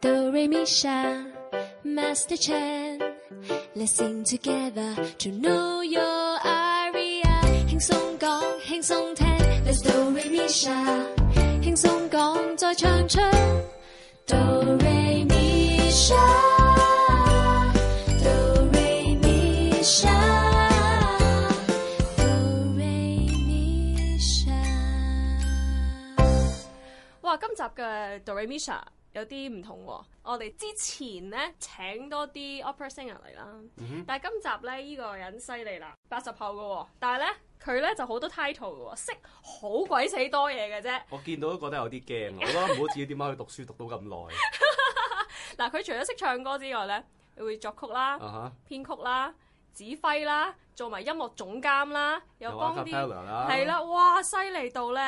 Do re mi sha, Master Chan. Let's sing together to know your aria. 輕鬆講，輕鬆聽，Let's do re mi sha。輕鬆講，再唱出 Do re mi sha。Do re mi sha。Do re mi sha。哇！今集嘅 Doremisha 有啲唔同喎，我哋之前咧請多啲 opera singer 嚟啦，但係今集咧呢、個人犀利啦，八十後嘅喎，但係咧佢咧就好多 title 嘅喎，識好鬼死多嘢嘅啫。我見到都覺得有 啲驚，啊我覺得唔好自己點解去讀書讀到咁耐嗱，佢除咗識唱歌之外咧，佢會作曲啦、啊哈，編曲啦、指揮啦，做埋音樂總監啦，又又玩幫 c a p 啲 e 啦，係啦，哇！犀利到咧，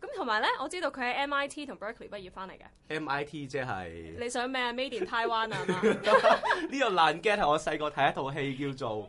咁同埋咧，我知道佢喺 MIT 同 Berkeley 畢業翻嚟嘅。 ，MIT 即係你想咩啊？Made in Taiwan 啊係嘛？呢個爛 get 係我細個睇一套戲 叫做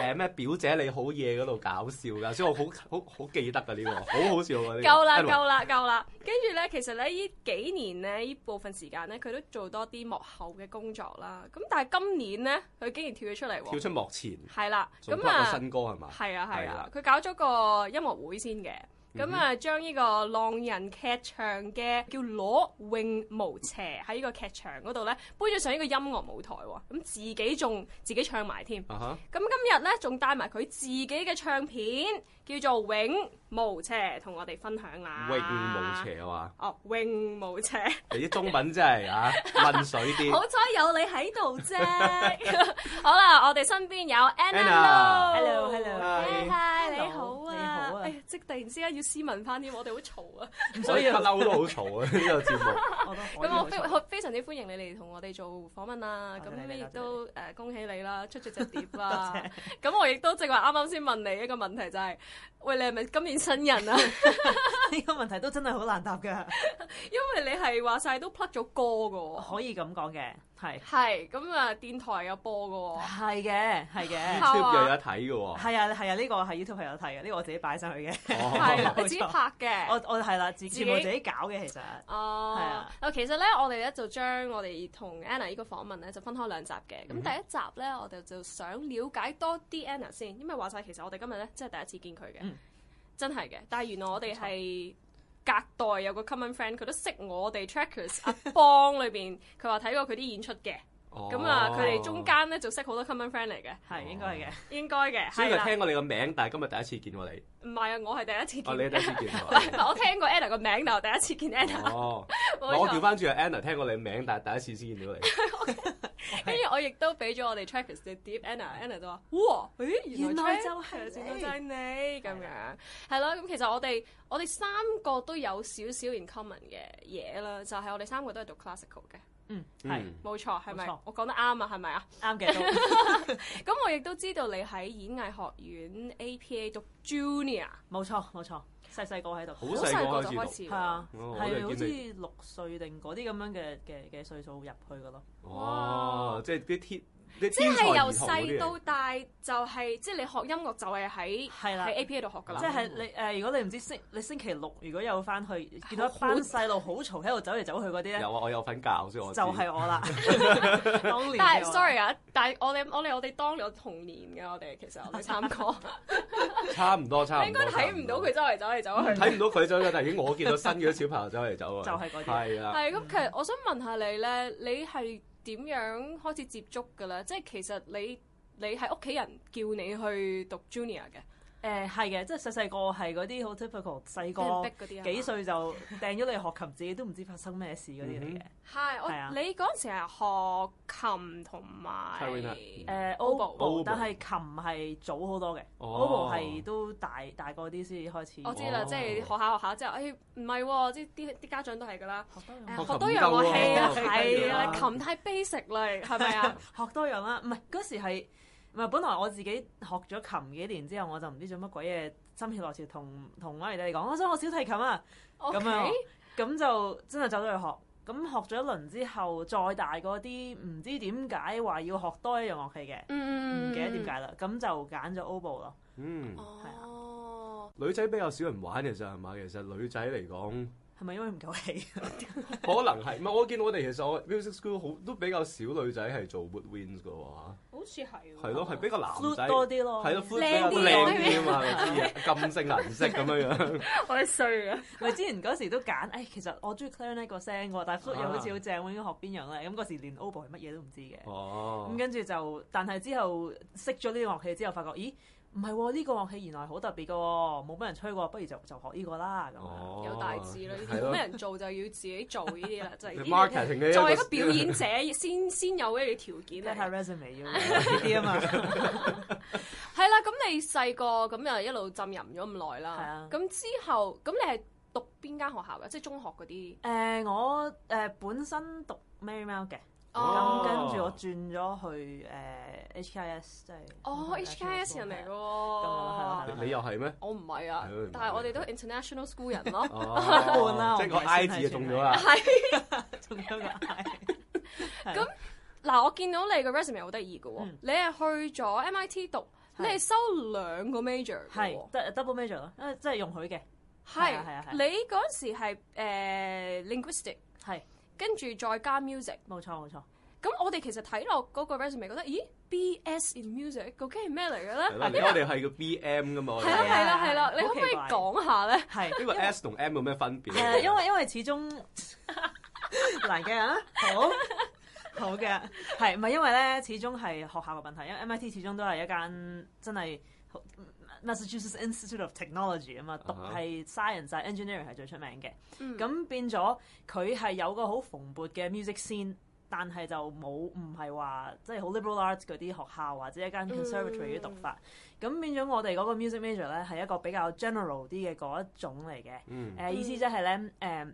誒咩表姐你好嘢嗰度搞笑㗎，所以我好好好記得㗎呢個，好好笑㗎呢個。 夠啦， Anyway，夠啦，夠啦！跟住咧，其實咧，呢幾年咧，呢部分時間咧，佢都做多啲幕後嘅工作啦。咁但係今年咧，佢竟然跳咗出嚟跳喎，出幕前，係啦。仲咁出個啊，新歌係嘛？係啊，係係啊啦，嗯佢搞咗個音樂會先嘅。咁啊，將呢個浪人劇場嘅叫裸泳無邪喺呢個劇場嗰度咧，搬咗上呢個音樂舞台喎。咁自己仲自己唱埋添。啊哈，咁今日咧仲帶埋佢自己嘅唱片，叫做《永無邪》，同我哋分享啦。永無。邪啊嘛，哦，永無邪，你啲中文真 係啊問水好啲。彩有你喺度啫。 好啦，我哋身邊有 Anna Anna Lo。 Hello，hello Hi，hi，你好啊。你好啊哎呀即係突然之間要斯文翻啲，我哋好嘈啊。所以嬲都好嘈啊！呢 個節目我都可以咁我非好 彩我非常之歡迎你嚟同我哋做訪問啦。多謝咁你亦多都誒恭喜你啦，出咗隻碟 啦。咁我亦都正話啱啱先問你一個問題，就係喂你係咪今年新人啊？呢個問題都真係好難答㗎，因為你係話晒都 plug 咗歌嘅喎，可以咁講嘅，係係咁啊，電台有播嘅喎。係嘅，係嘅，啊 YouTube 又有得睇㗎係啊係啊，呢個係 YouTube 係有睇嘅，呢個我自己擺上去嘅，喎。哦 係啦，冇你錯自己拍我嘅。我係啦，自己全部自己搞嘅其實，係哦啊，嗱，其實咧，我哋咧就將我哋同 Anna 呢個訪問咧就分開兩集嘅。咁第一集咧，我哋就想了解多啲 Anna 先，因為話晒其實我哋今日咧真係第一次見佢嘅嗯，真係嘅。但係原來我哋係隔代有個 common friend，佢都識我哋 Trackers 阿邦裏邊，佢話睇過佢啲演出嘅。哦咁啊，佢哋中，間咧就識好多 common friend 嚟嘅，係應該係嘅，應該嘅。所以係啦佢聽過你個名，但係今日第一次見過你。唔係啊，我係第一次見。哦，你第一次見 唔係我聽過 Anna 個名，但我第一次 見 Anna。我。哦。冇我調錯。翻轉係 Anna 聽過你名，但係第一次先見到你。跟住我亦都俾咗我哋 Travis 嘅碟 Anna，Anna 就話：哇，誒原原來來就 Travis 係你原來就係你咁樣。係咯，咁其實我哋我哋三個都有少少 in common 嘅嘢啦，就係我哋三個都係讀 classical 嘅，嗯係嗯。冇錯係咪冇錯？我講得啱啊，係咪啊？啱嘅都 咁我亦都知道你喺演藝學院 APA 讀 junior，冇錯冇錯，細細個喺度，好好細細個個就開始讀開始係啊，哦我係都好係似見你六歲定嗰啲咁樣嘅嘅嘅歲數入去嘅咯，哦，即係啲天，啲即天才係由兒童嗰細啲啊到嚟。大就係、即係你學音樂就係喺係啦喺 APA 度學㗎啦。即係你誒，如果你唔知星你星期六如果有翻去見到一班細路好嘈喺度走嚟走去嗰啲咧，有啊，我有份教，所以我就知係 我啦，當年嘅但係我 sorry 啊，但係我哋我哋我哋當年有童年嘅，我哋其實我哋三個，差唔多，差唔 多。你應該睇唔到佢周圍走嚟走去。睇唔到佢走嘅，但係已經我見到新嘅小朋友走嚟走啊。就係嗰啲係啦，係咁，其實我想問下你咧，你係點樣開始接觸嘅咧？即係其實你你係屋企人叫你去讀 junior 嘅，誒係嘅，即係細細個係嗰啲好 typical 細俾個人逼嗰啲啊嘛幾？歲就掟咗你學琴，自己都唔知發生咩事嗰啲嚟嘅。係係啊我你嗰陣時係學琴同埋 Clarinet 誒 Oboe oboe，但係琴係早好多嘅哦，oboe 係都大大個啲先開始。我知啦，哦即係學下學下之後，誒唔係喎，即係啲啲家長都係㗎啦。學多誒樣，琴學多樣樂器啊，唔夠喎係係啊，啊琴太 basic 啦，係咪啊？ 學多樣啦。唔係嗰時係唔係本來我自己學咗琴幾年之後，我就唔知做乜鬼嘢，心血來潮同同媽咪哋講，我想學小提琴啊。咁 OK 嗯樣，咁就真係走咗去學。咁學咗一輪之後，再大個啲，唔知點解話要學多一樣樂器嘅，嗯唔記得點解啦。咁就揀咗 oboe 咯。嗯，哦，女仔比較少人玩，其實係嘛？其實女仔嚟講，係咪因為唔夠氣？ 可能係，唔係我見我哋其實我 music school 好都比較少女仔係做 woodwinds 嘅喎好似係嚇，係咯，係比較男 flute 仔，多啲咯，係咯，flute 哦靚啲比較靚啲啊嘛，係咪知啊？金色銀色咁樣樣，我哋衰啊！咪之前嗰時都揀，誒其實我中意 clarinet 個聲喎，但係 flute 又好似好正，我應該學邊樣咧？咁嗰時連 oboe 係乜嘢都唔知嘅，哦咁，跟住就，但係之後識咗呢個樂器之後，發覺咦唔係喎，呢個樂器原來好特別嘅喎，冇乜人吹過，不如就就學呢個啦咁樣。哦有大志啦，呢係啲咯冇咩人做就要自己做呢啲啦，就係呢啲。 marketing 嘅一作為一個表演者，先先有呢啲條件啊即係啊嚟。 resume 要呢啲啊嘛，係啦，咁你細個咁又一路浸淫咗咁耐係啦啊。咁之後，咁你係讀邊間學校嘅？即係中學嗰啲。誒呃我誒本身讀 Marymount 嘅，咁哦跟住我轉咗去呃誒 HKIS 即係哦，HKS 人嚟嘅喎。啦係啦 你你又係咩？我唔係啊係，但係我哋都 international school 人 咯。哦，半啦即係個我唔係 I 算係字就中咗啦。 仲啊有個 I 係咁嗱，我見到你嘅 resume 好得意嘅喎嗯，你係去咗 MIT 讀，你係收兩個 major 嘅喎係。得 double major 咯，因為即係容許嘅，係係啊係啊係啊你嗰陣時係誒 linguistic，係跟住再加 music。冇錯冇錯。咁我哋其實睇落嗰個 resume 覺得，咦，B.S. in music 究竟係咩嚟嘅咧？係啦，你我哋係個 BM 噶嘛，我係啦啊哋係啦係啦，係啊你可唔可以好奇怪講下咧？係呢個 S 同 M 有咩分別誒，呃啊因為因為始終難嘅啊，好好嘅，係唔係因為咧？始終係學校嘅問題，因為 MIT 始終都係一間真係好 Massachusetts Institute of Technology 啊嘛，讀啊哈係 science 啊 engineering 係最出名嘅。嗯咁變咗佢係有個好蓬勃嘅 music scene，但係就冇唔係話即係好 liberal arts 嗰啲學校或者一間 conservatory 嘅讀法。咁、變咗我哋嗰個 music major 咧係一個比較 general 啲嘅嗰一種嚟嘅。誒、嗯，意思即係咧誒，呃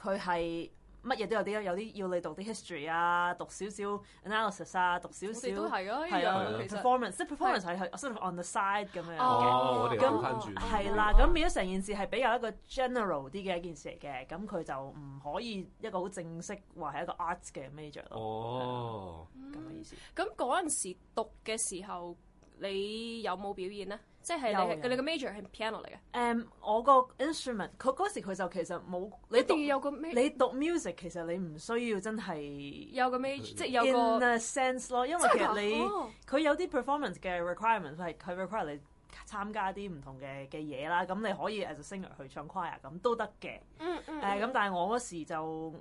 佢係乜嘢都有啲，有啲要你讀啲 history 啊，讀少少 analysis 啊，讀少我少哋都係啊，一係樣啊嘅其實。 performance，即係 performance 係係 sort of on the side 咁樣嘅。哦，我哋咁翻翻轉，係哦啦，咁變咗成件事係比較一個 general 啲嘅一件事嚟嘅，咁佢就唔可以一個好正式話係一個 arts 嘅 major 咯，哦，咁嘅意思。咁嗰陣時讀嘅時候，你有冇表演咧？即係有你有你個 major 係 piano 嚟嘅，誒、我個 instrument，佢嗰時佢就其實冇你一讀定要有個 major，你讀 music，其實你唔需要真係有個 major，即係有 in 個 a sense 咯，因為其實你哦佢有啲 performance 嘅 requirement 係佢 require 你參加啲唔同嘅嘅嘢啦，咁你可以 as a singer 去唱 choir 咁都得嘅。嗯嗯誒咁、但係我嗰時就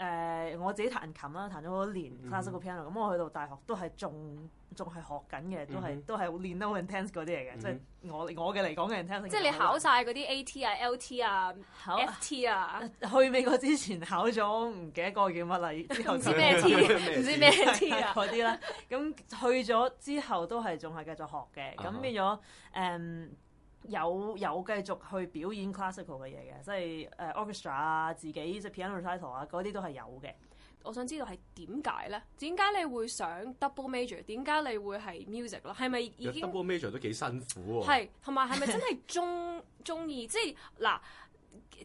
誒、我自己彈琴啦，彈咗好多年嗯 classical piano，咁、我去到大學都係仲仲係學緊嘅，都係、嗯哼都係練得好 intense 嗰啲嚟嘅，嗯哼即係我我嘅嚟講嘅 intense 程度。即係你考晒嗰啲 A.T. 啊、L.T. 啊、考 F.T. 啊。 去美國之前考咗唔記得個叫乜啦，之後唔知就咩 T，唔啊知咩 T 啊！嗰啲啦，咁去咗之後都係仲係繼續學嘅，啊哈咁變咗誒、有有繼續去表演 classical 嘅嘢嘅，即係誒、orchestra 啊，自己即係 piano recital 啊，嗰啲都係有嘅。我想知道係點解咧？點解你會想 double major？點解你會係 music 啦？係咪已有經 double major 都幾辛苦喎，係同埋係咪真係 中中意？即係嗱，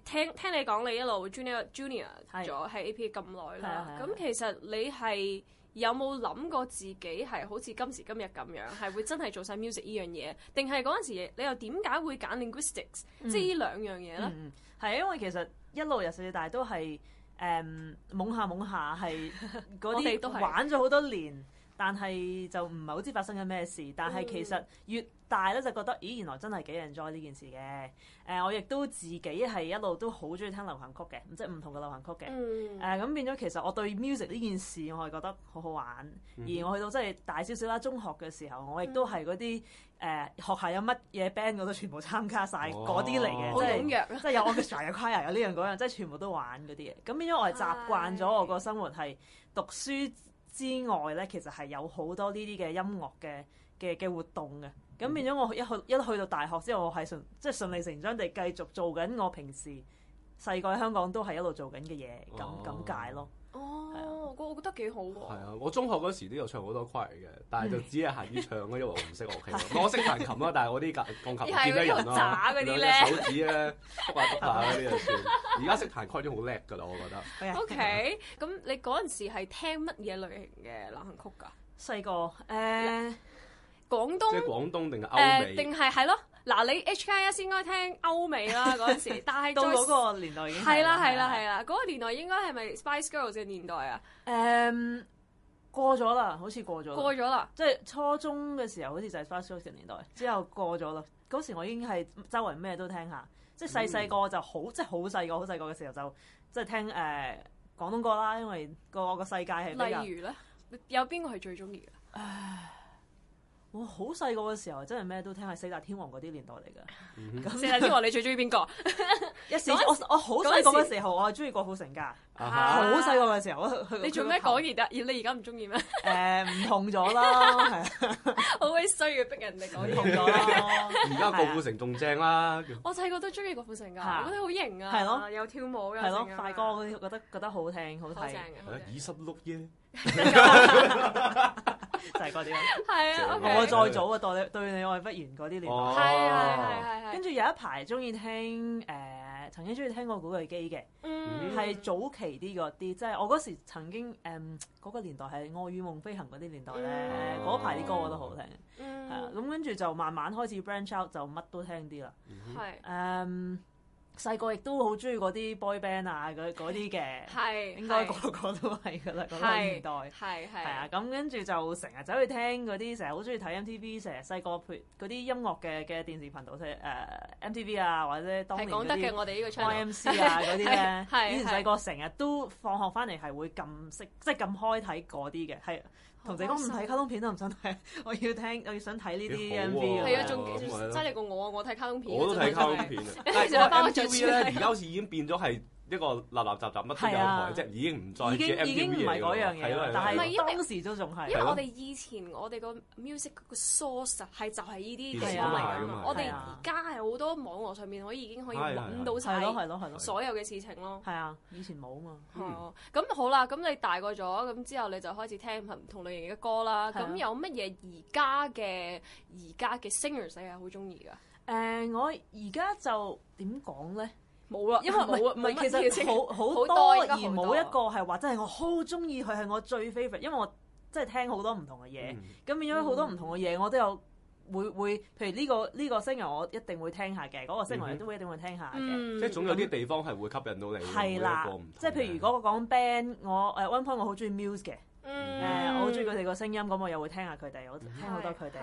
聽聽你講你一路 junior junior 係咗喺 A.P. 咁耐係啊係啦，啊咁其實你係有冇諗過自己係好似今時今日咁樣，係會真係做晒 music 呢樣嘢？定係嗰陣時你又點解會揀 linguistics？即係呢兩樣嘢咧？嗯，係因為其實一路由細到大都係誒懵下懵下 係嗰我哋都啲係玩咗好多年，但係就唔係好知發生緊咩事。但係其嗯實越大咧就覺得，咦，原來真係幾 enjoy 呢件事嘅。誒、我亦都自己係一路都好中意聽流行曲嘅，即係唔同嘅流行曲嘅。嗯誒咁、變咗，其實我對 music 呢件事我係覺得好好玩，嗯而我去到真係大少少啦，中學嘅時候，我亦都係嗰啲誒學校有乜嘢 band 我都全部參加晒嗰啲嚟嘅，哦好即係踴躍啊！即係有 orchestra 有 choir 有呢樣嗰樣，即係全部都玩嗰啲嘢。咁變咗我係習慣咗我個生活係讀書之外咧，其實係有好多呢啲嘅音樂嘅嘅嘅活動嘅。咁變咗我一去一去到大學之後，我係順即係順理成章地繼續做緊我平時細個喺香港都係一路做緊嘅嘢，咁哦咁解咯。啊哦，我我覺得幾好喎。係啊，我中學嗰時都有唱好多 choir 嘅，但係就只係限於唱咯，因為我唔識樂器咯。我識彈琴啦，但係我啲架鋼琴唔見係嗰得人啲好渣咯，嗰啲咧兩隻手指咧篤下篤下嗰啲就算。而家識彈 c o r d 好叻㗎啦，我覺得。哎 O K，咁你嗰陣時係聽乜嘢類型嘅流行曲㗎？細個誒廣即係東廣東定係歐誒美？定係係咯？嗱，你 HKS 應該聽歐美 啦嗰陣時，但係到再嗰個年代已經係啦係啦係啦，嗰個年代應該係咪 Spice Girls 嘅年代啊？誒過咗啦，好似過咗啦，過咗啦，即係初中嘅時候，好似就係 Fast Fashion 年代，之後過咗啦。嗰時我已經係周圍咩都聽下，即係細細個就好，嗯即係好細個好細個嘅時候就即係聽誒、呃、廣東歌啦，因為個個世界係比較例如咧，有邊個係最中意嘅？ 我好細個嘅時候真係咩都聽，係四大天王嗰啲年代 嚟㗎。四大天王你最中意邊 個？一時嗰我我好細個嘅時候，我係中意郭富城㗎。啊好細個嘅時候，我你做咩講而家？而你而家唔中意咩？ 誒呃唔同咗啦，係啊好鬼衰嘅，逼人哋講唔嘢。同咗啦。而家郭富城仲正啦，我細個都中意郭富城㗎，嚇我覺得好型啊，係咯又跳舞又 係咯成，啊快歌嗰啲覺得覺得好聽好好睇正，啊嘅，好正耳濕碌耶，就係嗰啲咯。係啊正，OK，我再早啊，對你對你愛不完嗰啲年代。哦係啊係係係係，哦跟住有一排中意聽誒、呃曾經中意聽過古巨基嘅，嗯係、早期啲嗰啲，即係我嗰時曾經誒嗰、個年代係愛與夢飛行嗰啲年代咧，嗯嗰排啲歌我都好聽，係、啊，嗯咁跟住就慢慢開始 branch out 就乜都聽啲啦。嗯係誒細個亦都好中意嗰啲 boy band 啊，嗰嗰啲嘅，係應該係個個都係噶啦，嗰、個係年代。係係係啊，，咁跟住就成日走去聽嗰啲，成日好中意睇 MTV，成日細個譬如嗰啲音樂嘅嘅電視頻道，即係誒 MTV 啊，或者當係年講得嗰嘅，啲我哋呢個 channel YMC 啊嗰啲咧係係，以前細個成日都放學翻嚟係會撳識，即係撳開睇嗰啲嘅，係同自己講唔睇卡通片都唔想睇， 我要聽，我要想睇呢啲幾好喎 MV 係嘅啊，仲咁咪咯犀利過我，我睇卡通片，我都睇卡通。片啊。成但日包係著 MTV 住咧，你而家好似已經變咗係一個立立雜雜乜都有係啊台，即係已經唔再係已經已經唔 MTV 係嗰樣嘢㗎嘢啦啦，但係咯係咯唔係係因為當時都仲因係為係咯我哋以前我哋個 music 嗰個 source 啊係就係呢啲電視嚟都係㗎嘛㗎嘛，我哋係而啊家係好多網絡上面可以已經可以係係係揾到係咯晒係咯係咯，所有嘅事情咯。係啊，以前冇啊嘛，哦，咁好啦，咁你大個咗，咁之後你就開始聽唔同類型嘅歌啦。係啊咁有乜嘢而家嘅而家嘅 singers 你係好中意噶？誒我而家就點講咧？冇啦，因為冇啊唔係，其實好好好多多而而家好多冇一個係話真係我好中意佢係我最 favorite，因為我真係聽好多唔同嘅嘢，嗯咁變咗好多唔同嘅嘢我都有會會，譬如呢個呢個星人我一定會聽下嘅，嗰個星人嗯我哼都會一定會聽下嘅，嗯，即係總有啲地方係會吸引到你嘅。係啦每一個唔同，嘅即係譬如如果我講 band，我誒 One Point 我好中意 Muse 嘅，誒嗯誒哎我好中意佢哋個聲音，咁我又會聽下佢哋，我聽好多佢哋。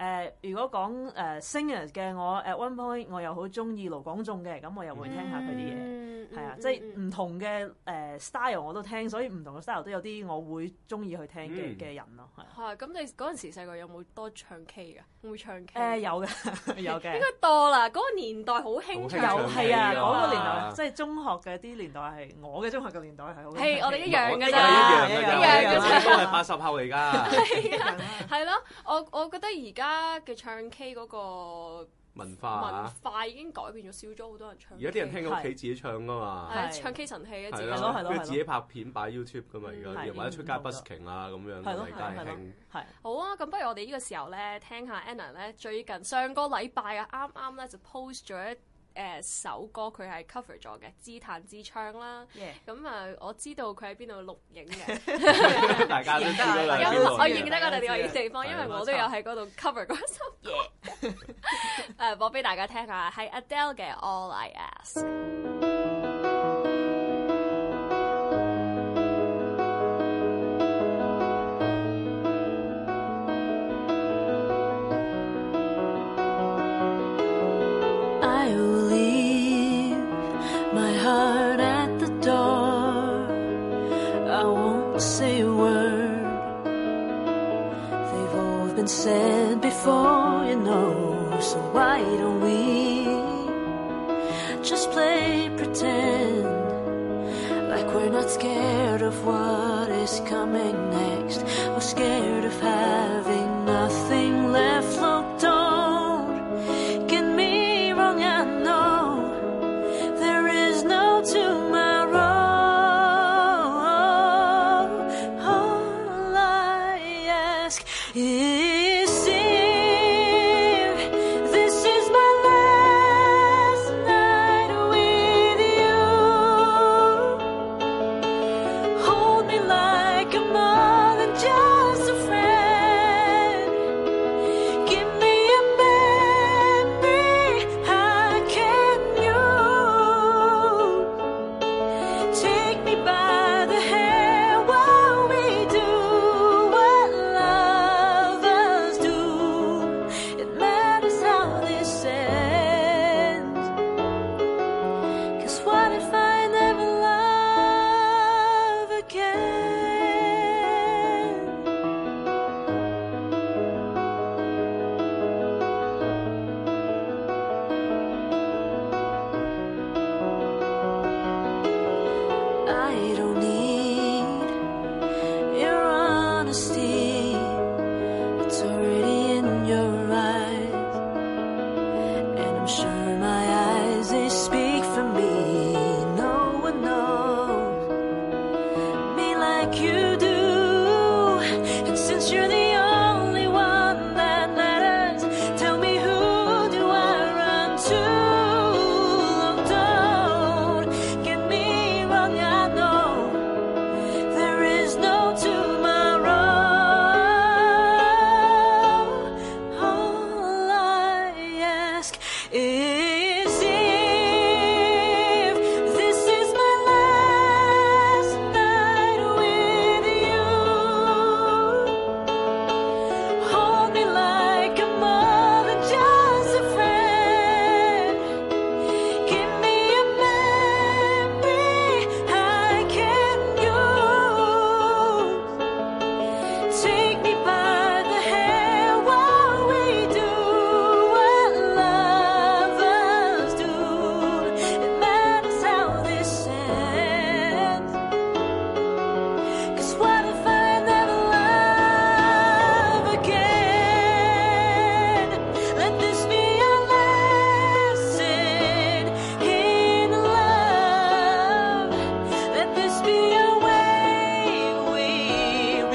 誒、如果講誒、singers 嘅，我誒 One Point 我又好中意盧廣仲嘅，咁我又會聽下佢啲嘢。嘢係啊，即嗯係唔同嘅誒、style 我都聽，所以唔同嘅 style 都有啲我會中意去聽嗯嘅嘅、人咯，係啊。係咁，你嗰陣時細個有冇多唱 K 噶？會唔會唱誒、 K？呃有 嘅，有嘅應，該多啦，嗰個年代好興好有興唱 K 係啊，㗎嗰個年代嘛即係中學嘅啲年代係我嘅中學嘅年代係好興唱 K 係嘅。我哋一樣㗎我哋咋，一樣㗎一咋，樣㗎我咋哋都係八十後嚟㗎，係咯，我我覺得而家嘅唱 K 嗰個文化文啊化已經改變咗，少咗好多人唱而 K。家啲人聽喺屋企自己唱㗎嘛。係係唱 K 神器啊，自係己咯係咯係跟咯住自己拍片擺 YouTube 㗎嘛，而家啲係人或者出街唔同㗎 busking 啊咁樣，係咯而家係咯興係好啊，咁不如我哋呢個時候咧，聽下 Anna 咧最近上個禮拜啊，啱啱咧就 post 咗一誒首歌，佢係 cover 咗嘅《自彈自唱》啦。 Yeah 咁啊，我知道佢喺邊度錄影 嘅，大家都知道啦，係因啊為邊度我認得我哋呢個地方，係因啊為我都有喺嗰度 cover 嗰首歌。 誒，播俾大家聽下，係 Adele 嘅《All I Ask》。 I will leave my heart at the door. I won't say a word. They've all been said before, you know. So why don't we just play pretend? Like we're not scared of what is coming next, or scared of having nothing left. Look, don't Get me wrong, I know there is no tomorrow. All I ask is if this is my last night with you. Hold me like a mother, just a friend. I'm sure my eyes, they speak for me. No one knows me like you do. And since you're the only one that matters, tell me who do I run to? Oh, don't get me wrong, I know there is no tomorrow. All I ask is if this is my last night with you. Hold me like a mother, just a friend. Give me a memory I can use. Take me by the hair while we do what lovers do. It matters how this ends. 'Cause what if I never love again? Let this be a lesson in love. Let this be a way we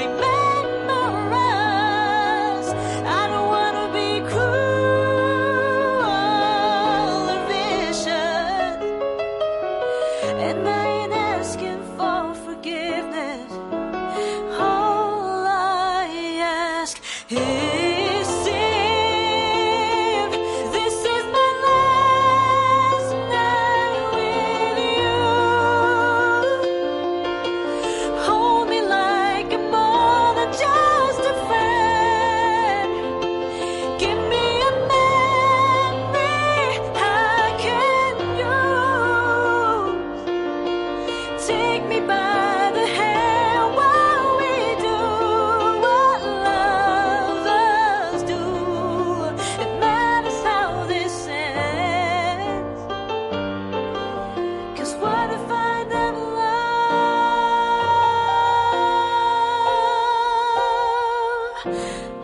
remember us. I don't wanna be cruel or vicious. And I ain't asking for forgiveness. All I ask is if this is my last night with you. Hold me like I'm more than just a friend. Give me a memory I can use. Take me by the hair while we do what lovers do. It matters how this ends. 'Cause what if I never love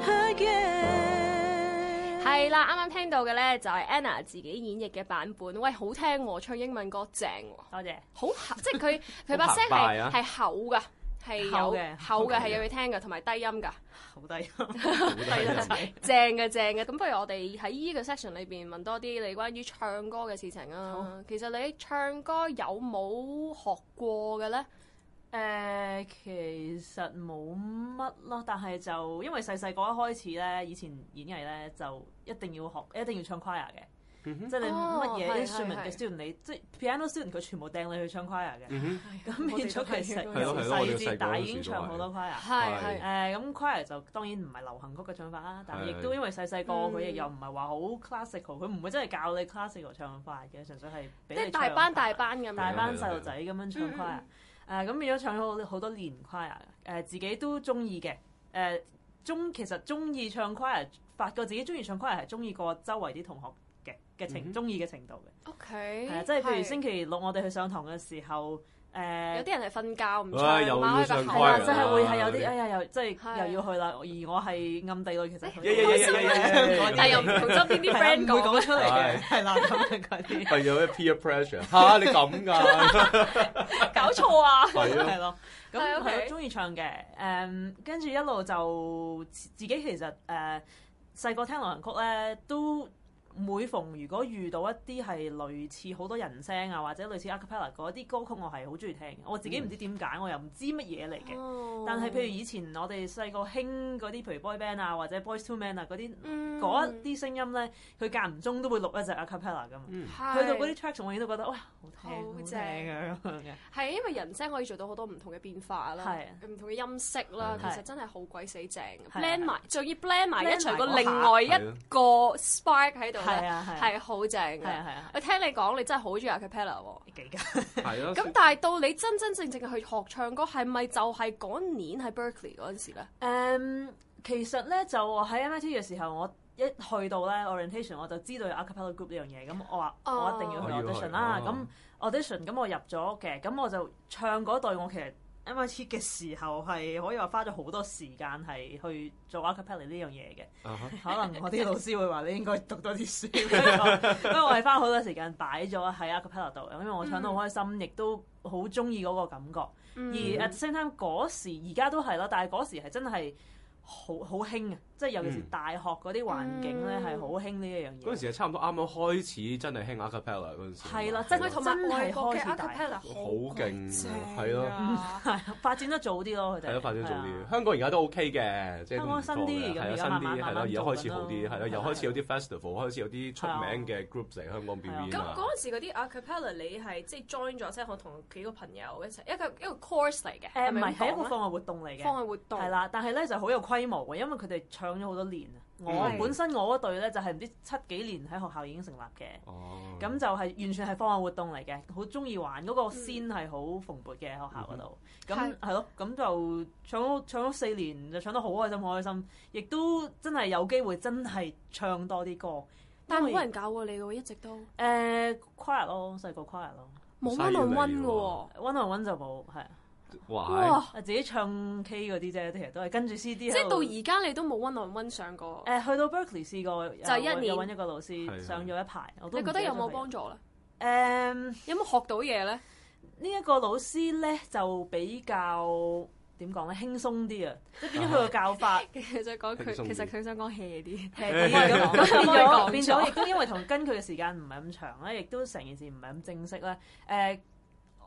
again? 係啦，啱啱聽到嘅咧就係 Anna 自己演繹嘅版本，喂，好聽喎，唱英文歌正喎，多謝。好厚，即係佢佢把好聲澎湃啊係係厚㗎，係有厚嘅厚嘅厚係嘅有嘢聽㗎，同埋低音㗎，好低，低音低正嘅正嘅。咁不如我哋喺呢個 section 裏邊問多啲你關於唱歌嘅事情啊。其實你唱歌有冇學過嘅咧？誒、呃其實冇乜咯，但係就因為細細個一開始咧，以前演藝咧就一定要學，一定要唱 choir 嘅，嗯哼即係你哦乜係嘢係 instrument 係嘅 student，你即係 piano student 佢全部掟你去唱 choir 嘅，嗯咁變咗其實係咯係由咯我哋細細個至大嗰已時都經唱好係多 choir。係係係誒。咁 choir 就當然唔係流行曲嘅唱法啦，但係亦都係因為細細個嗯佢亦又唔係話好 classical，佢唔會真係教你 classical 唱法嘅，純粹係即俾係你大唱班法大班咁大樣，嗯班細路仔咁樣唱啊嗯嗯 choir，誒咁變咗唱咗好好多年 choir，誒、自己都中意嘅，誒、中其實中意唱 choir，發覺自己中意唱 choir 係中意過周圍啲同學嘅嘅嗯哼程中意嘅程度嘅， O K，係啊、即係譬如星期六我哋去上堂嘅時候，誒、有啲人係瞓覺唔唉唱，又擘要開個唱口係 choir 啦，啊即係會係有係啲哎呀又即係係又要去啦，而我係暗地裏其實佢耶耶耶耶耶耶耶但係又唔 同周邊啲 friend 唔會講講。出嚟係嘅，係啦咁樣嗰啲。係啊有咩 peer pressure 嚇你咁㗎，搞錯啊！係啊係咯，咁係係 OK 咯，中意唱嘅，誒、跟住一路就自自己其實誒細個聽流行曲咧，都每逢如果遇到一啲係類似好多人聲啊，或者類似 a cappella 嗰啲歌曲，我係好中意聽嘅。我自己唔知點解，我又唔知乜嘢嚟哦嘅。但係譬如以前我哋細個興嗰啲，譬如 boy band 啊，或者 boys to men 啊嗰啲，如嗰一啲聲音咧，佢間唔中都會錄一隻 a cappella 噶嘛。嗯去到嗰啲 track，我已經都覺得哇，好聽，好好正正啊咁樣嘅。係因為人聲可以做到好多唔同嘅變化啦係啊，唔同嘅音色啦，其係實真係好鬼死正嘅係啊，blend 埋，仲要 blend 埋 blend 一除個埋嗰下另外一個 spark 喺度係咧，啊，係啊。係好正係啊嘅。係啊，我聽你講，你真係好中意 a cappella 喎。幾㗎？係啊咯，咁但係到你真真正正去學唱歌，係咪就係嗰年喺 Berkeley 嗰陣時咧？誒，其實咧就我喺 MIT 嘅時候，我一去到咧 orientation 我就知道有 a cappella group 呢樣嘢，咁我話哦我一定要我要去去 audition 啦。哦咁 audition 咁我入咗嘅，咁我就唱嗰隊我其實 MIT 嘅時候係可以話花咗好多時間係去做 acapella 呢樣嘢嘅。啊哈可能我啲老師會話你應該讀多啲書，因 為我係花好多時間擺咗喺 acapella 度，因為我唱得好開心，亦都好中意嗰個感覺。嗯而 at the same time 嗰時而家都係啦，但係嗰時係真係好好興啊！即係尤其是嗯大學嗰啲環境咧係好興呢一樣嗰陣嘢。時係差唔多啱啱開始真係興 acapella 嗰陣時。啊係啦真佢係同埋外國嘅真係開始 acapella 好勁正係咯啊 係啊發展得早啲咯，佢哋係咯，發展早係啊啲。香港而家都 OK 嘅，即係都唔錯嘅香港新啲係啊，而家新慢慢啲係慢啦，慢而家開始好啲，做緊咯係啦，又係啊開始有啲 festival，開始有啲出名嘅 groups 嚟香港表演咁啊。嗰陣時嗰啲 acapella 你係即係 join 咗，即係我同幾個朋友一齊一個一個 course 嚟嘅，誒唔咪係咁講係一個啊課外活動嚟嘅。課外活動係，啦，但係咧就好有規模嘅，因為佢哋唱咗好多年啊。我嗯本身我嗰隊咧就係唔知七幾年喺學校已經成立嘅，哦，咁就係完全係課外活動嚟嘅，好中意玩嗰個先係好蓬勃嘅學校嗰度。嗯咁係係咯，咁就唱咗唱咗四年，就唱得好開心，好開心，亦都真係有機會真係唱多啲歌。但係因為冇人教喎你喎，一直都誒 choir 咯，細個 choir 咯冇犀利乜論溫嘅喎喎。 ，one on one 就冇，係哇，哇！啊自己唱 K 嗰啲啫，其實都係跟住 CD 即喺係到度。而家你都冇温浪温上過，誒去到 Berkeley 試過，就一年又揾一個老係師上咗一排，我都你覺得有冇幫幫？助咧？誒有冇學到嘢咧？呢一個老師咧就比較點講咧輕鬆啲啊，即係變咗佢個教法 啊其實想講輕鬆佢，啲其實佢想講 hea 啲。係可以咁講 變可以咗講變咗，咗亦都因為同跟佢嘅時間唔係咁長咧，亦都成件事唔係咁正式咧。誒，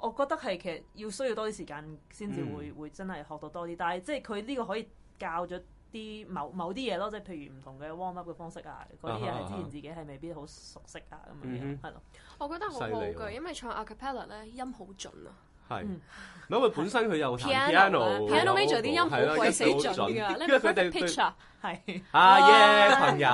我覺得係其實要需要多啲時間先至會嗯會真係學到多啲，但係即係佢呢個可以教咗。啲某某啲嘢咯，即係譬如唔同嘅 warm up 嘅方式啊，嗰啲嘢係之前自己係未必好熟悉啊，咁樣嗯樣係咯。我覺得好好犀利喎嘅，因為唱 a cappella 咧音好準啊係，嗯唔係因為本身佢又彈，piano 啊 piano 有 piano major 啲音係啦好鬼死準㗎，一 到你因為咪佢哋 perfect 對 pitch 啊！係啊耶哇朋友，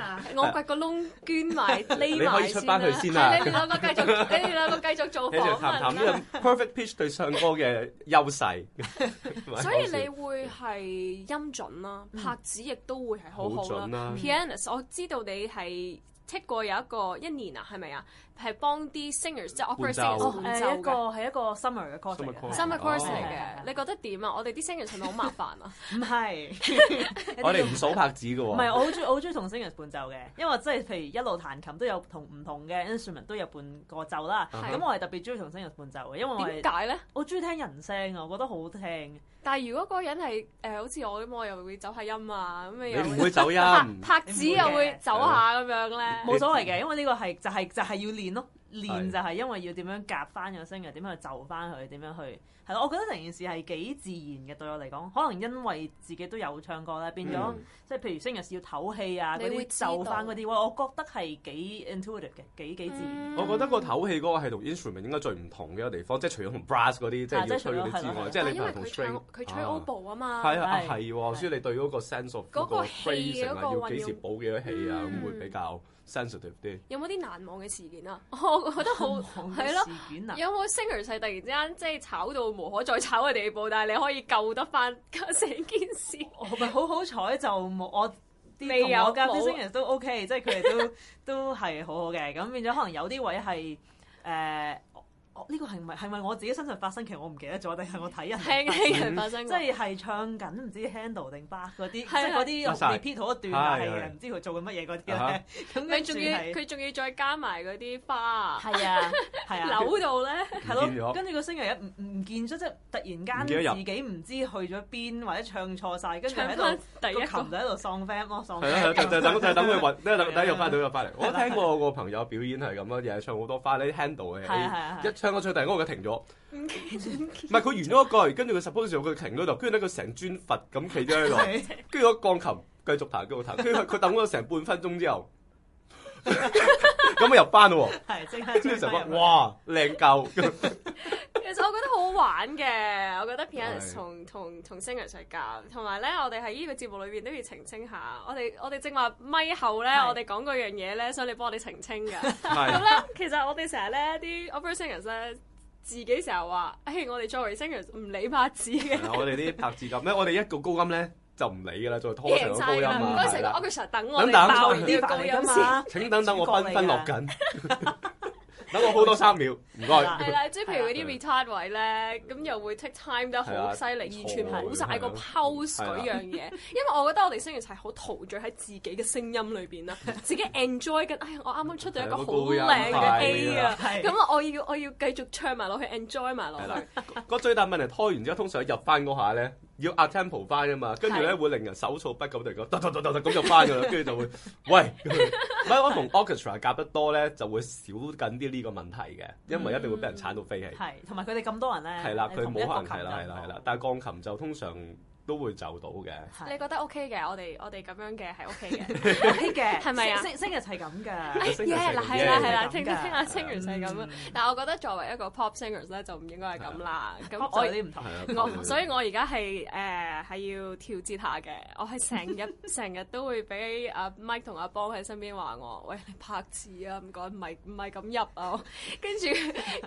啊我掘個窿捐埋匿 你可埋以出先返啦。去先啊係你哋兩個繼續，你哋兩個繼續 做你就訪談問啦。啊談呢個 perfect pitch 對唱歌嘅優勢。 所以你會係音準啦，拍子亦都會係好嗯好好準啦。啦， Pianist，我知道你係 take 過有一個一年啊，係咪啊？係幫啲 singers 即係伴 opera 奏 singers 哦伴奏誒一個嘅。係一個 summer 嘅啊 course 嚟 Summer 嘅 course 係 summer course 哦嚟係係嘅，係你覺得點啊？我哋啲 singers 係咪好麻煩啊？唔係， 我哋啊唔數拍子嘅唔係，喎，我好中我好中意同 singers 伴奏嘅，因為我真係譬如一路彈琴都有同唔同嘅 instrument 都有伴個奏啦。啊哈咁我係特別中意同 singers 伴奏嘅，因為哦我點係解咧？我中意聽人聲啊，我覺得好聽。但係如果嗰個人係誒、呃好似我咁，我又會走下音啊，咁你又唔會啊走音。 拍拍子又會走下咁樣你咧。冇所謂嘅，因為呢個係就係、就係、要練咯，係練就係因為要點樣夾翻個聲嘅，點樣去就翻佢，點樣去係咯。我覺得成件事係幾自然嘅，對我嚟講，可能因為自己都有唱歌咧，變咗、嗯即係譬如 singers 要唞氣啊，你嗰會啲知道就翻嗰啲，哇！我覺得係幾 intuitive 嘅，幾幾自然。嗯我覺得個唞氣嗰個係同 instrument 應該最唔同嘅一個地方，即係除咗同 brass 嗰啲即係啊即要係吹嗰啲之除外，咗即係但你因譬為如同佢唱 string 佢吹啊 oboe 啊嘛，係啊啊係係喎，所以你對嗰個 sense of 嗰嗰個個氣 phrasing 啊，嗰個要幾時運用補幾多氣啊，咁會嗯比較 sensitive 啲。有冇啲難忘嘅事件啊？我覺 得好係咯。事件啊，有冇 singers 係突然之間即係炒到無可再炒嘅地步，但係你可以救得翻 成件事？我哦咪好好彩就冇我啲未有同我家啲冇啊 singers 都 OK，即係佢哋 都都係好好嘅，咁變咗可能有啲位係誒。呃我呢個係咪係咪我自己身上發生？其實我唔記得咗，定係我睇人輕輕人發生即過，係係唱緊唔知 handle 定 bar 嗰啲，即係啊係嗰係係啲 repeat 好一段啊，係係係啊，唔知佢做緊乜嘢嗰啲啊哈咧。咁佢跟住仲要係佢仲要再加埋嗰啲花啊，係啊係啊，扭到咧。係唔見咗咯，跟住個星期一唔唔唔見咗，即係突唔然記得入間自己唔知去咗邊，或者唱錯晒，跟住唱喺翻度第一個個琴就喺度哦喪 fam 咯，喪係啊， fam 就就等就等佢揾，等係等啊又翻到又翻嚟。我聽過個朋友表演係咁咯，又係唱好多花咧 handle 係啊嘅，係啊一唱到唱突然間佢停咗，唔係佢完咗一句，跟住佢 suppose 就佢停咗度，跟住咧佢成尊佛咁企咗喺度， 係跟住個鋼琴繼續彈繼續彈，跟住佢佢等咗成半分鐘之後，咁啊入班咯喎，係即刻跟住追成班翻啊入哇靚夠，其實我覺得好好玩嘅，我覺得 pianist 係同同同 singer 係夾，同埋咧我哋喺呢個節目裏邊都要澄清下，我哋我哋正話咪後咧，係我哋講嗰樣嘢咧，所以你幫我哋澄清㗎。咁係咧，其實我哋成日咧啲 opera singers 咧，自己成日話，誒我哋作為 singers 唔理拍子嘅，係啊我哋啲拍子咁咧，我哋一個高音咧就唔理㗎啦，再拖成贏個晒高音啦，唔啊，該係成個啦 orchestra 等我哋等等爆完呢個高嚟音㗎先。嘛，請等等我主角嚟分分落㗎緊。 等我 hold 多三秒，唔該。係啦，即係譬如嗰啲 retard 位咧，咁又會 take time 得啊係啊好犀利，完全錯冇晒個係啊 pose 係啊嗰樣嘢。因為我覺得我哋聲完係好陶醉喺自己嘅聲音裏 邊啦，啊自己 enjoy 緊。哎呀，我啱啱出咗一啊個好靚嘅 A 啊！係咁我要我要繼續唱埋落去，enjoy 哦埋落係去。啦，個最大問題拖完之後，通常入翻嗰下咧，要 attempo 翻噶嘛，跟住咧係會令人手燥不及地講，突突突突突咁就翻 噶啦，跟住就會喂， 唔係我同 orchestra 夾得多咧，就會少緊啲呢個問題嘅，因為一定會俾人鏟到飛起。係，同埋佢哋咁多人咧，係啦，你佢同一冇可能個係琴啦人係啦冇係啦，但係鋼琴就通常都會就到嘅。係你覺得 OK 嘅？我哋我哋咁樣嘅係 OK 嘅。 OK 嘅，係咪啊星星日係咁哎㗎，星耶！人嗱係係咁啦嘅係啦，係咁啊嗯聽㗎聽下星源係咁啊。但係我覺得作為一個 pop singers 咧，就唔應該係咁啦。咁哦我嗯我有啲唔同係。啊我所以我而家係誒呃係要調節下嘅，我係成 日成日都會俾阿 Mike 同阿邦喺身邊話我，喂你拍字啊，唔該唔係唔係咁入 啊，跟住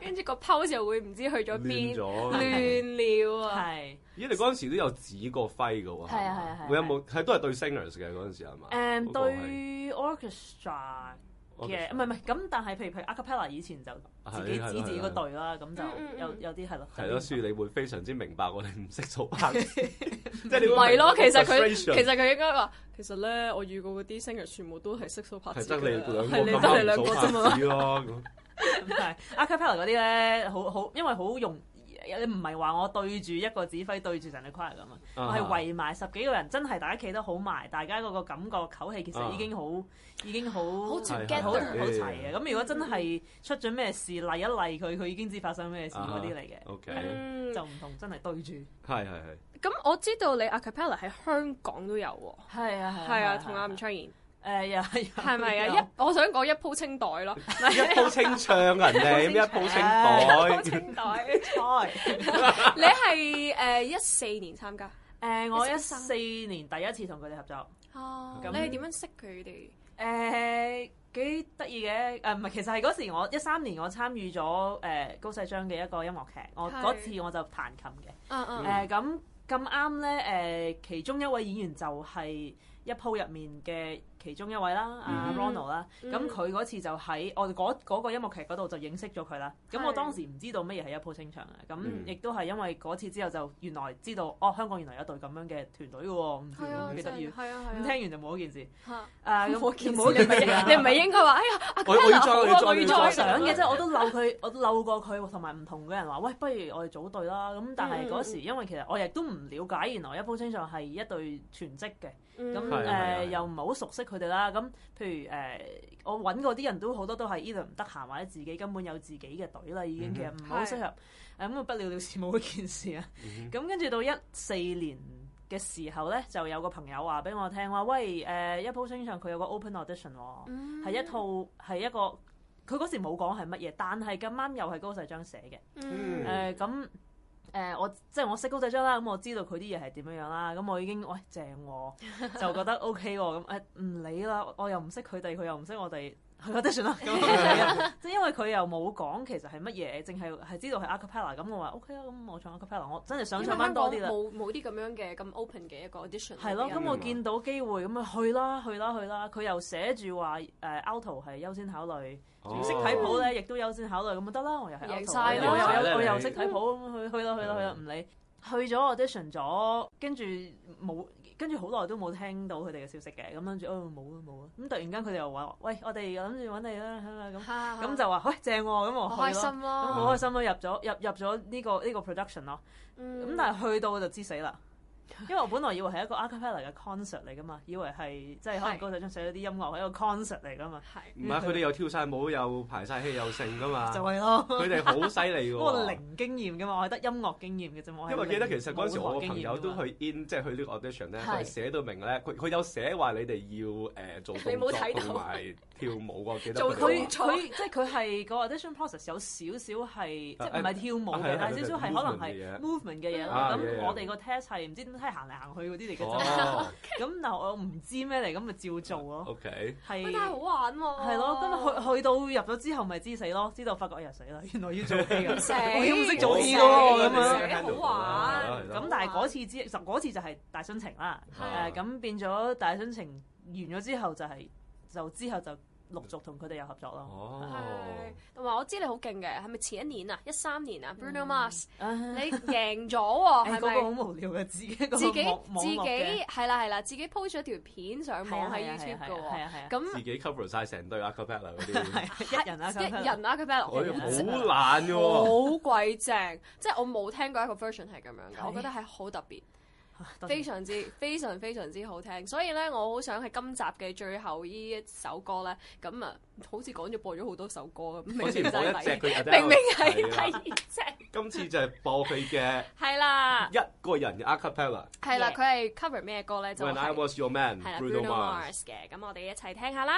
跟住個 pose 又會唔知去咗亂邊，咗。亂了啊！係咦，你嗰陣時都有指過揮嘅喎。係啊係係啊係啊嘛會有冇係都係對 singers 嘅嗰陣時係嘛？誒嗰個係對 orchestra 嘅， orchestra 唔係唔係咁，但係譬如譬如 a cappella 以前就哦自己指自己個隊啦，咁就嗯嗯嗯有有啲係咯，係咯，所以你會非常之明白我哋唔識做拍，即係你 唔係會咯，其明白實佢 frustration 其實佢應該話，其實咧我遇過嗰啲 singer 全部都係識數拍係子得㗎你兩個係你得你兩個啫咁嘛。啱數拍子咯。咁係 a cappella 嗰啲咧，好好因為好用。你唔係話我對住一個指揮對住成個 choir 咁啊，我係圍埋十幾個人，真係大家企得好埋，大家嗰個感覺唞氣，其實已經好已經好好好 together 好好齊嘅。咁如果真係出咗咩事，例一例佢，佢已經知發生咩事嗰啲嚟嘅。 OK，嗯就唔同，真係對住。係係係。咁我知道你 a cappella 喺香港都有喎，係啊係啊，同阿吳卓賢。誒又係係咪 啊？一我想講一鋪清袋咯，一鋪清唱人哋，一鋪清鋪袋，清袋。賽？你係誒一四年參加 誒我一四年第一次同佢哋合作，哦咁你係點樣識佢哋？誒幾得意嘅誒唔係，其實係嗰時我一三年我參與咗誒高世章嘅一個音樂劇，我係嗰次我就彈琴嘅。嗯嗯誒咁咁啱咧誒，其中一位演員就係一鋪入面嘅其中一位啦，阿嗯 Ronald 啦。嗯咁佢嗰次就喺我哋嗰嗰個音樂劇嗰度就認識咗佢啦。咁我係當時唔知道乜嘢係一鋪清唱啊，咁嗯亦都係因為嗰次之後就原來知道哦，香港原來有隊咁樣嘅團隊嘅喎，唔知係啊，幾真得意係。係啊咁係聽啊完就冇嗰件事。嚇。誒，咁冇件事冇你唔件事 啊係你唔係應該話哎呀阿我我要 Caroline 好啊再我我要要再我再想上嘅嘅啫，我都嬲佢， 我嬲過佢，同埋唔同嘅人話，喂，不如我哋組隊啦。咁但嗯係嗰時因為其實我亦都唔了解，原來一鋪清唱係一隊全職嘅。嗯咁係啊係係誒又唔係啊好熟悉佢哋啦。咁譬如誒，我揾嗰啲人都好多都係 either 唔得閒，或者自己根本有自己嘅隊啦，已經嗯其實唔係好適合。誒咁啊不了了事冇一件事啊。嗯咁跟住到一四年嘅時候咧，就有個朋友話俾我聽話，喂誒一鋪清唱佢有個 open audition 喎，係一套係一個。佢嗰時冇講係乜嘢，但係咁啱又係高世章寫嘅。嗯嗯誒咁誒，我即係我識高仔章啦，咁我知道佢啲嘢係點樣樣啦，咁我已經喂正喎，就覺得 O K 喎，咁誒唔理啦，我又唔識佢哋，佢又唔識我哋，去嗰啲算啦，咁即係因為佢又冇講其實係乜嘢，淨係係知道係 a cappella，咁我話 O K 啦，咁我唱 a cappella，我真係想因為香唱港翻多啲啦。冇冇啲咁樣嘅咁 open 嘅一個 audition 啊係咯，俾咁人我嗯見到機會咁啊去啦去啦去啦，佢又寫住話誒 auto 係優先考慮，哦識睇譜咧亦都優先考慮，咁啊得啦，我又係 auto，贏晒啦我又贏晒啦有我又你嗯識睇譜，咁去去啦去啦去啦，唔理。去咗 audition 咗，跟住冇，跟住好耐都冇聽到佢哋嘅消息嘅，咁跟住哦冇啊冇啊，咁突然間佢哋又話喂，我哋諗住揾你啦，係咪咁？嚇咁就話喂正喎，咁我好開去咯，心啊咁咯。好開心咯，入咗入入咗呢個呢個 production 咯。咁咁但係去到我就知死啦，因為我本來以為係一個 a cappella 嘅 concert 嚟噶嘛，以為係即係可能係高手章寫咗啲音樂係一個 concert 嚟噶嘛，係唔係佢哋又跳晒舞，又排晒氣，又剩噶嘛 就。係咯。佢哋好犀利不過喎。零經驗噶嘛，我係得音樂經驗嘅哦啫嘛。我係因為記得其實嗰陣時零我個冇朋友都去 in 即係去呢個 audition 咧，佢係係寫到明咧，佢佢有寫話你哋要誒呃 做你冇睇動到作同埋跳舞喎，記得做佢哋冇話動學冇經驗㗎嘛。 佢錯佢即係佢係個 audition process 有少少係即係唔係跳舞係嘅啊，但係少少係可能係係 movement 嘅嘢啊啦。咁 yeah，我哋個 test 係唔知點解行嚟行去嗰啲 嚟嘅啫。哦咁但係我唔知咩嚟，咁咪照做咯。 ，OK，喂係但係好玩喎。係咯，咁啊去去到入咗之後咪知死咯，知道發覺哎呀死啦， 原來要做戲㗎。死 我已經唔識做做戲戲㗎㗎喎喎咁咁樣樣。好玩。啊係咯咁但係嗰次之就嗰次就係大殉情啦，係誒咁變咗大殉情完咗之後就係就之後就陸續同佢哋有合作咯。哦係，同埋我知你好勁嘅，係咪前一年啊，一三年啊，Bruno Mars，你你贏咗 喎，嗯嗰係個好咪？無聊嘅，自己一個自己網自網絡嘅啊己係啦係啦，自己 po 咗條片上網喺 YouTube 嘅係喎，啊係啊，自咁己 cover 晒成堆 acapella 嗰啲，係一人啊，一人啊，佢 b a 我哋 l 哎好懶嘅喎。好鬼正，即係我冇聽過一個 version 係咁樣嘅，係我覺得係好特別，多謝非常之非常非常之好聽。所以咧，我好想喺今集嘅最後呢一首歌咧，咁啊，好似趕住播咗好多首歌咁，明好似明就播一係隻第佢 明明係係啊啦第二隻，今次就係播佢嘅係啦，一個人嘅 acapella。係啦， Yeah 佢係 cover 咩歌咧？就 When I 係 was your man, 係啦 Bruno ，Bruno Mars。 Mars 嘅，咁我哋一齊聽下啦。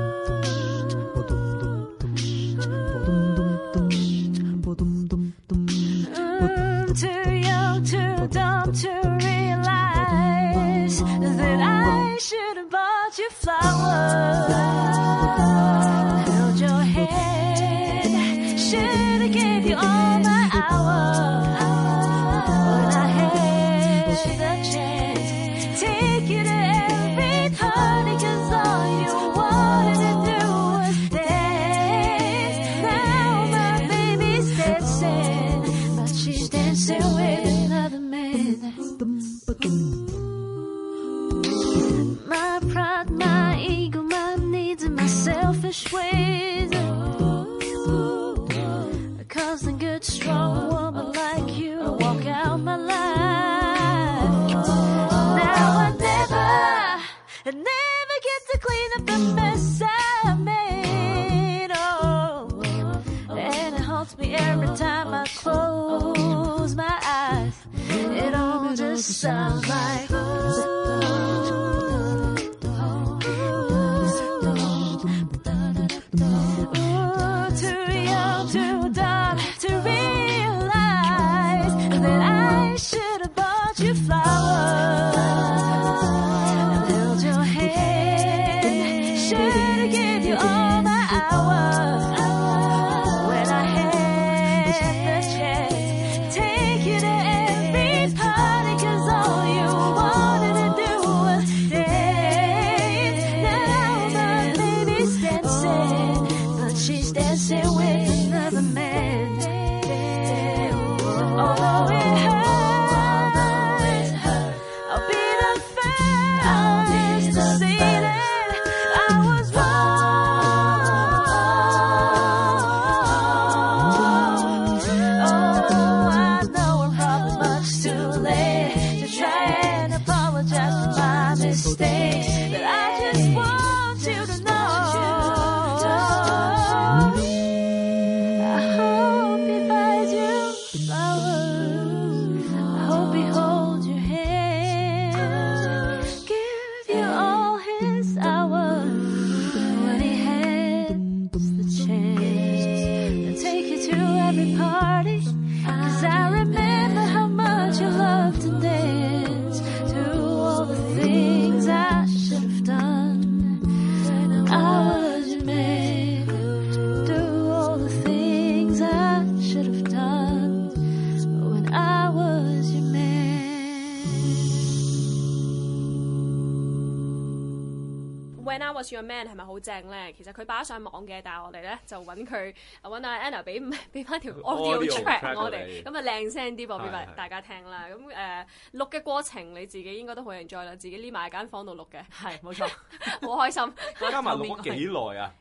Mm, too young, too dumb to realize that I should have bought you flowers. Held your hand, should have gave you all my hours. When I had the chance, take you to every party, 'cause all you wanted to do was dance. Now my baby's dancing, but she's dancing with another man. My pride, my ego, my needs, and my selfish ways. A cousin, good, strong woman like you to walk out my life. Now I never, I never get to clean up the mess I made. Oh, and it haunts me every time I close my eyes. It all just sounds like. Ooh, too young, too dumb to realize that I should have bought you flowers and held your hand. Should have given you all my hours when I had the chance. Take you to every party 'cause all you wanted to do was dance. Now my baby's dancing, but she's dancing with another man. Although it hurts, I'll be the first to say that I was wrong. Oh, I know I'm probably much too late to try and apologize for my mistakes, but I just want you to know. I hope he buys you flowers. I hope he holds your hand. Give you all his hours when he has the chance. And take you to every party. Cause I remember how much you loved to dance. To all the things I should have done. I was your man do all the things I should have done when I was your man. When I Was Your Man 係咪好正咧？其實佢擺咗上網嘅，但係我哋咧就揾佢揾阿 Anna 俾 俾翻 條 audio Audio track track 我我哋哋，咁啊靚聲啲播俾係係大家聽啦。咁誒、呃錄嘅過程你自己應該都好 enjoy 啦，自己匿埋喺間房度錄 嘅，係冇 錯。好開心。加埋錄咗幾耐啊？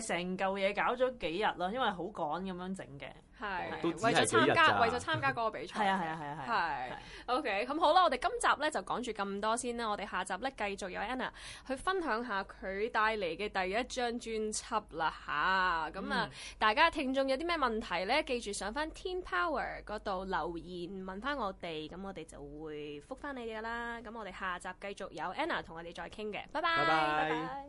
誒成嚿嘢搞咗幾日啦，因為好趕咁樣整嘅。係都為只係咗參幾日加咋為咗參加嗰個比賽。係啊係啊係啊係啊。係 OK，咁好啦，我哋今集咧就講住咁多先啦。我哋下集咧繼續有 Anna 去分享下佢佢帶嚟嘅第一張專輯啦吓，咁啊，大家聽眾有啲咩問題呢？記住上翻 Teen Power 嗰度留言問翻我哋，咁我哋就會覆翻你哋噶啦。咁我哋下集繼續有 Anna 同我哋再傾嘅，拜拜，拜拜